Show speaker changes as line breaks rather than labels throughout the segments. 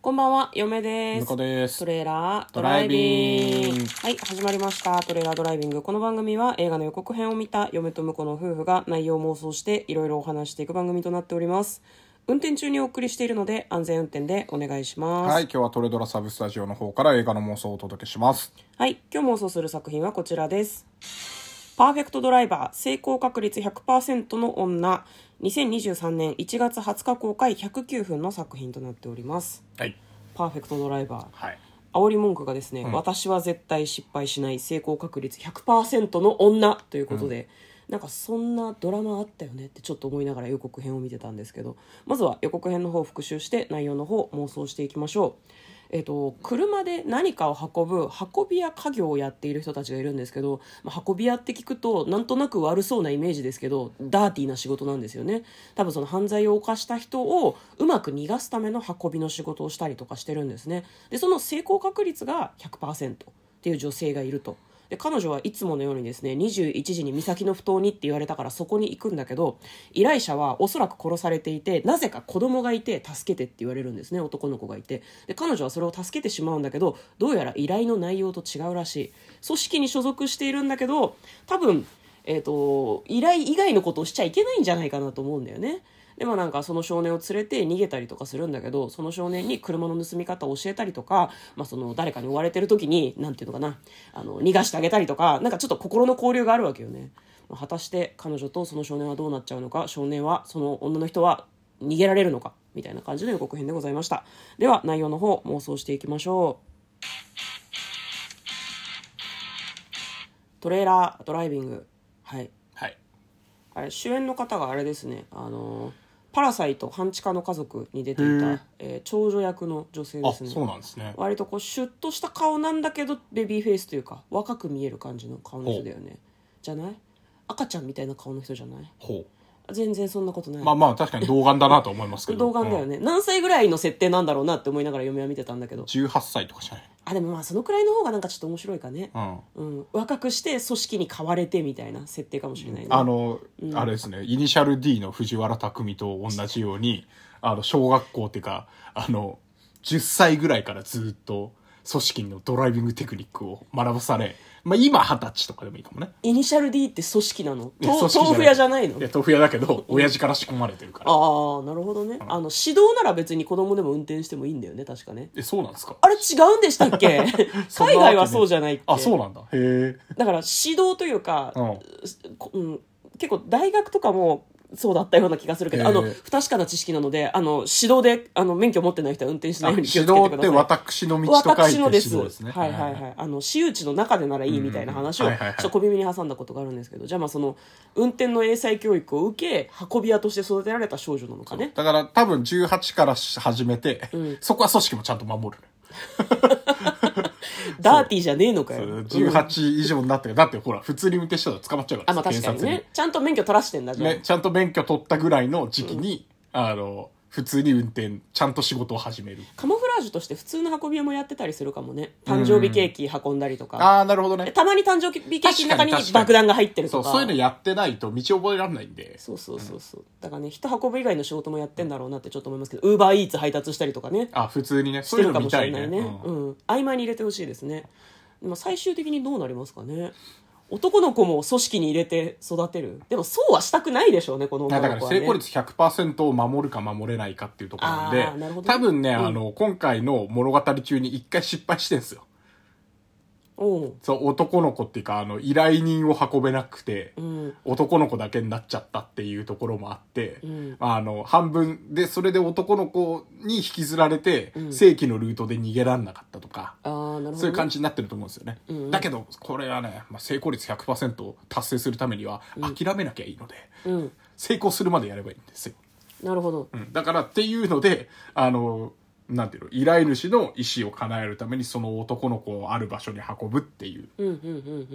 こんばんは、嫁で
向
す
こ。です
ト。レーラード
ド
ラ
ラ
イ
イ
ビ
ビ
ン
ン
グ
グ
はい始まりましたトレーラードライビングこの番組は映画の予告編を見た嫁と婿の夫婦が内容を妄想していろいろお話していく番組となっております運転中にお送りしているので安全運転でお願いします
はい、今日はトレドラサブスタジオの方から映画の妄想をお届けします。
はい、今日妄想する作品はこちらです。パーフェクトドライバー成功確率100%の女2023年1月20日公開109分の作品となっております。
はい。
パーフェクトドライバー。
はい。
煽り文句がですね、私は絶対失敗しない成功確率100%の女ということで、なんかそんなドラマあったよねってちょっと思いながら予告編を見てたんですけどまずは予告編の方を復習して内容の方を妄想していきましょう。えっと、車で何かを運ぶ運び屋家業をやっている人たちがいるんですけど、まあ、運び屋って聞くとなんとなく悪そうなイメージですけどダーティーな仕事なんですよね多分その犯罪を犯した人をうまく逃がすための運びの仕事をしたりとかしてるんですねでその成功確率が100%っていう女性がいるとで彼女はいつものようにですね21時に岬の不当にって言われたからそこに行くんだけど依頼者はおそらく殺されていてなぜか子供がいて助けてって言われるんですね男の子がいてで彼女はそれを助けてしまうんだけどどうやら依頼の内容と違うらしい組織に所属しているんだけど多分えー、と依頼以外のことをしちゃいけないんじゃないかなと思うんだよね。でまあなんかその少年を連れて逃げたりとかするんだけどその少年に車の盗み方を教えたりとか、まあ、その誰かに追われてる時になんていうのかなあの逃がしてあげたりとかなんかちょっと心の交流があるわけよね。まあ果たして彼女とその少年はどうなっちゃうのか少年はその女の人は逃げられるのかみたいな感じの予告編でございました。では内容の方妄想していきましょう。トレーラードライビングはい
はい。
あれ主演の方があれですね「あのーパラサイト半地下の家族」に出ていた、えー長女役の女性で
あ、
すね
そうなんですね。
割とこうシュッとした顔なんだけどベビーフェイスというか若く見える感じの顔の人だよねじゃない赤ちゃんみたいな顔の人じゃない
ほ
全然そんなことな
う。
い、
まあまあ、確かに童顔だなと思いますけど。
童顔だよ
ね。
ね、何歳ぐらいの設定なんだろうなって思いながら嫁は見てたんだけど
18歳とかじゃない。
あでもまあそのくらいの方がなんかちょっと面白いかね、
うん。
うん、若くして組織に買われてみたいな設定かもしれないね
あの、あれですね、イニシャル D の藤原匠と同じように、あの、小学校っていうか、あの、10歳ぐらいからずっと、組織のドライビングテクニックを学ばされ、まあ今二十歳とかでもいいかもね。
イニシャル D って組織なの
いや
と
組織
豆腐屋じゃないの
いや、豆腐屋だけど、親父から仕込まれてるから。
ああなるほどねあの指導なら別に子供でも運転してもいいんだよね確かね
え、そうなんですか
あれ違うんでしたっけ
そんなわけね
海外はそうじゃないっけ
あ、そうなんだ。へえ。
だから指導というか、
うん。
こうん、結構大学とかもそうだったような気がするけど、
えー
あの不確かな知識なのであの指導であの免許持ってない人は運転しな
あ
いよう
指
に気を
導
つけて
っ
くだ
て
さい
私の道と書いて
私
指
の
導
です
ですね。
はいはいはい、あの私有地の中でならいいみたいな話を
う
ち
んうんうん
ょ
はいはいはい
っと小耳に挟んだことがあるんですけどじゃあまあその運転の英才教育を受け運び屋として育てられた少女なのかね
だから多分18から始めて、そこは組織もちゃんと守る。
ダーティーじゃねえのかよ、
18以上になってる、だってほら、普通に運転してたら捕まっちゃうか
あ
ら
まあ
さ、
確かに
検
ねちゃんと免許取らしてんだじ
察
ゃあ、
に。ね、ちゃんと免許取ったぐらいの時期に、あの、普通に運転、ちゃんと仕事を始める。
カモフラージュとして普通の運び屋もやってたりするかもね誕生日ケーキ運んだりとか、
ああ、なるほどね。
たまに誕生日ケーキの中に
確かに確かに
爆弾が入ってる
そ
と
う、
か
そういうのやってないと道覚えられないんで。
そうそうそうそうだからね人運ぶ以外の仕事もやってんだろうなってちょっと思いますけどウーバーイーツ配達したりとかね
あ、普通にね、
し
そう
て
いう
るか
の
も
見
したれ
い
な
ね。
いね
うん
うん、合間に入れてほしいですねでも最終的にどうなりますかね男の子も組織に入れて育てるでもそうはしたくないでしょうねこの
だ
女
か
の
ら
子は、
成
ね、
功率100%を守るか守れないかっていうところなん
あー
で、
なるほどね
多分ね、あの、今回の物語中に一回失敗してんすよ。
おう
そう、男の子っていうか、あの、依頼人を運べなくて、
うん
男の子だけになっちゃったっていうところもあって、
うん
あの、半分で、それで男の子に引きずられて、
ん
正規のルートで逃げらんなかったとか、
ああなるほどね、
そういう感じになってると思うんですよね。
うんうん
だけど、これはね、まあ、成功率100%を達成するためには、諦めなきゃいいので、
うん
成功するまでやればいいんですよ。
なるほど
うん、だからっていうので、あの、なんていうの、依頼主の意思を叶えるためにその男の子をある場所に運ぶっていう。
うんうんうんう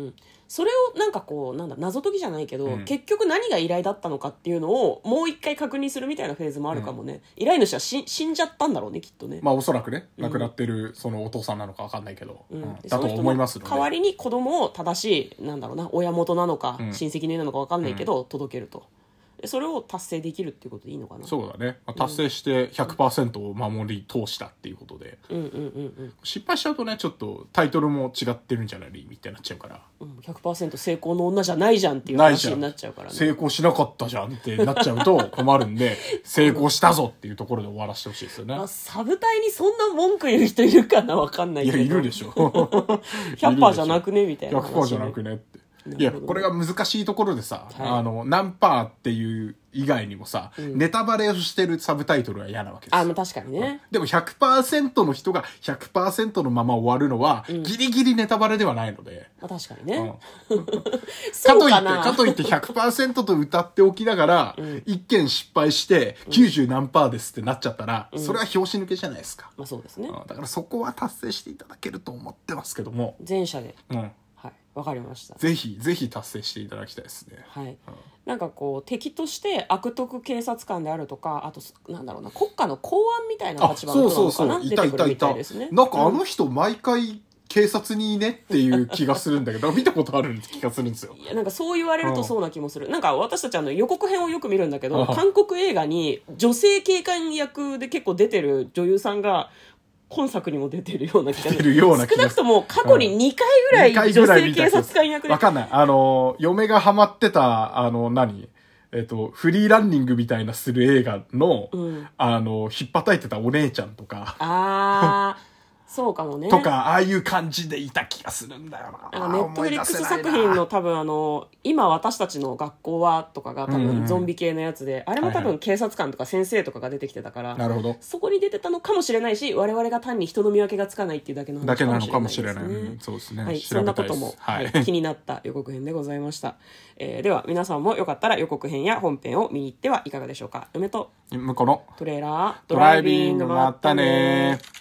ん、それをなんかこうなんだ謎解きじゃないけど、
うん
結局何が依頼だったのかっていうのをもう一回確認するみたいなフェーズもあるかもね、依頼主はし死んじゃったんだろうねきっとね、
まあおそらくね、亡くなってるそのお父さんなのかわかんないけど、
うん
うん
で
だ
そ
と
の人の
思いますので。
代わりに子供を正しいなんだろうな親元なのか、親戚の家なのか分かんないけど、届けるとでそれを達成できるっていうことでいいのかなう
そうだね、まあ、達成して100%を守り通したっていうことで、
んうんうん
失敗しちゃうとねちょっとタイトルも違ってるんじゃないみたいになっちゃうから
うんうん100%成功の女じゃないじゃんっていう
ないじ
話
ゃん
になっちゃうからね
成功しなかったじゃんってなっちゃうと困るんで成功したぞっていうところで終わらせてほしいですよね
あサブ隊にそんな文句言う人いるかなわかんない
い
け
や
ど
いる でしょ
100%じゃなくねみたいな話
100%じゃなくねって
なるほど
いやこれが難しいところでさ、
はい
あの何パーっていう以外にもさ、ネタバレをしてるサブタイトルは嫌なわけです
あ
よ
まあ確かにね
でも100%の人が100%のまま終わるのは、ギリギリネタバレではないので。
まあ確かに
うん
ね、
か
そ
と
う
いっ
か
て、
な
かといって100%と歌っておきながら、一件失敗して90何パーですってなっちゃったら、それは拍子抜けじゃないですか、
まあそうですね
うんだからそこは達成していただけると思ってますけども、
前者で
うん、
はいわかりました
ぜひ、ぜひ達成していただきたいですね。
はい、なんかこう敵として悪徳警察官であるとかあとそなんだろうな国家の公安みたいな
あ、
立場
そ
の
う
人な
そ
のかな
うそう、い
出
た
て
い
く
た
るみ
い
た
た。
いですね
なんかあ
うん
の人毎回警察にいねっていう気がするんだけ ど、見たことある気がするんですよ。
いやなんかそう言われるとそうな気もする、なんか私たちあの予告編をよく見るんだけど、
うん
韓国映画に女性警官役で結構出てる女優さんが今作にも出てるような気が
出てるような気が
少なくとも過去に2回ぐらい女性警察官役で
わかんない。あの、嫁がハマってた、あの、何えっと、フリーランニングみたいなする映画の、
うん
あの、ひっぱたいてたお姉ちゃんとか、
ああそうかもね
とか、ああいう感じでいた気がするんだよ
あ
な。
のネット
思
フ
い
リッ
出
ク
せ
ス
ないな
作品の多分あの今私たちの学校はとかが多
うんう
分
ん
ゾンビ系のやつで、あれも多
はいは
分警察官とか先生とかが出てきてたから、
なるほど。
そこに出てたのかもしれないし我々が単に人の見分けがつかないっていうだけの話
だけなのかもしれない。
ですね
うんそうですね。
はい、そ
調
ん
べ
なこ
たいで
と
す
も、
は。
はいい、気になった予告編でございました、えーでは皆さんもよかったら予告編や本編を見に行ってはいかがでしょうか梅と
向こうの
トレーラード
ドライビング、まったねー。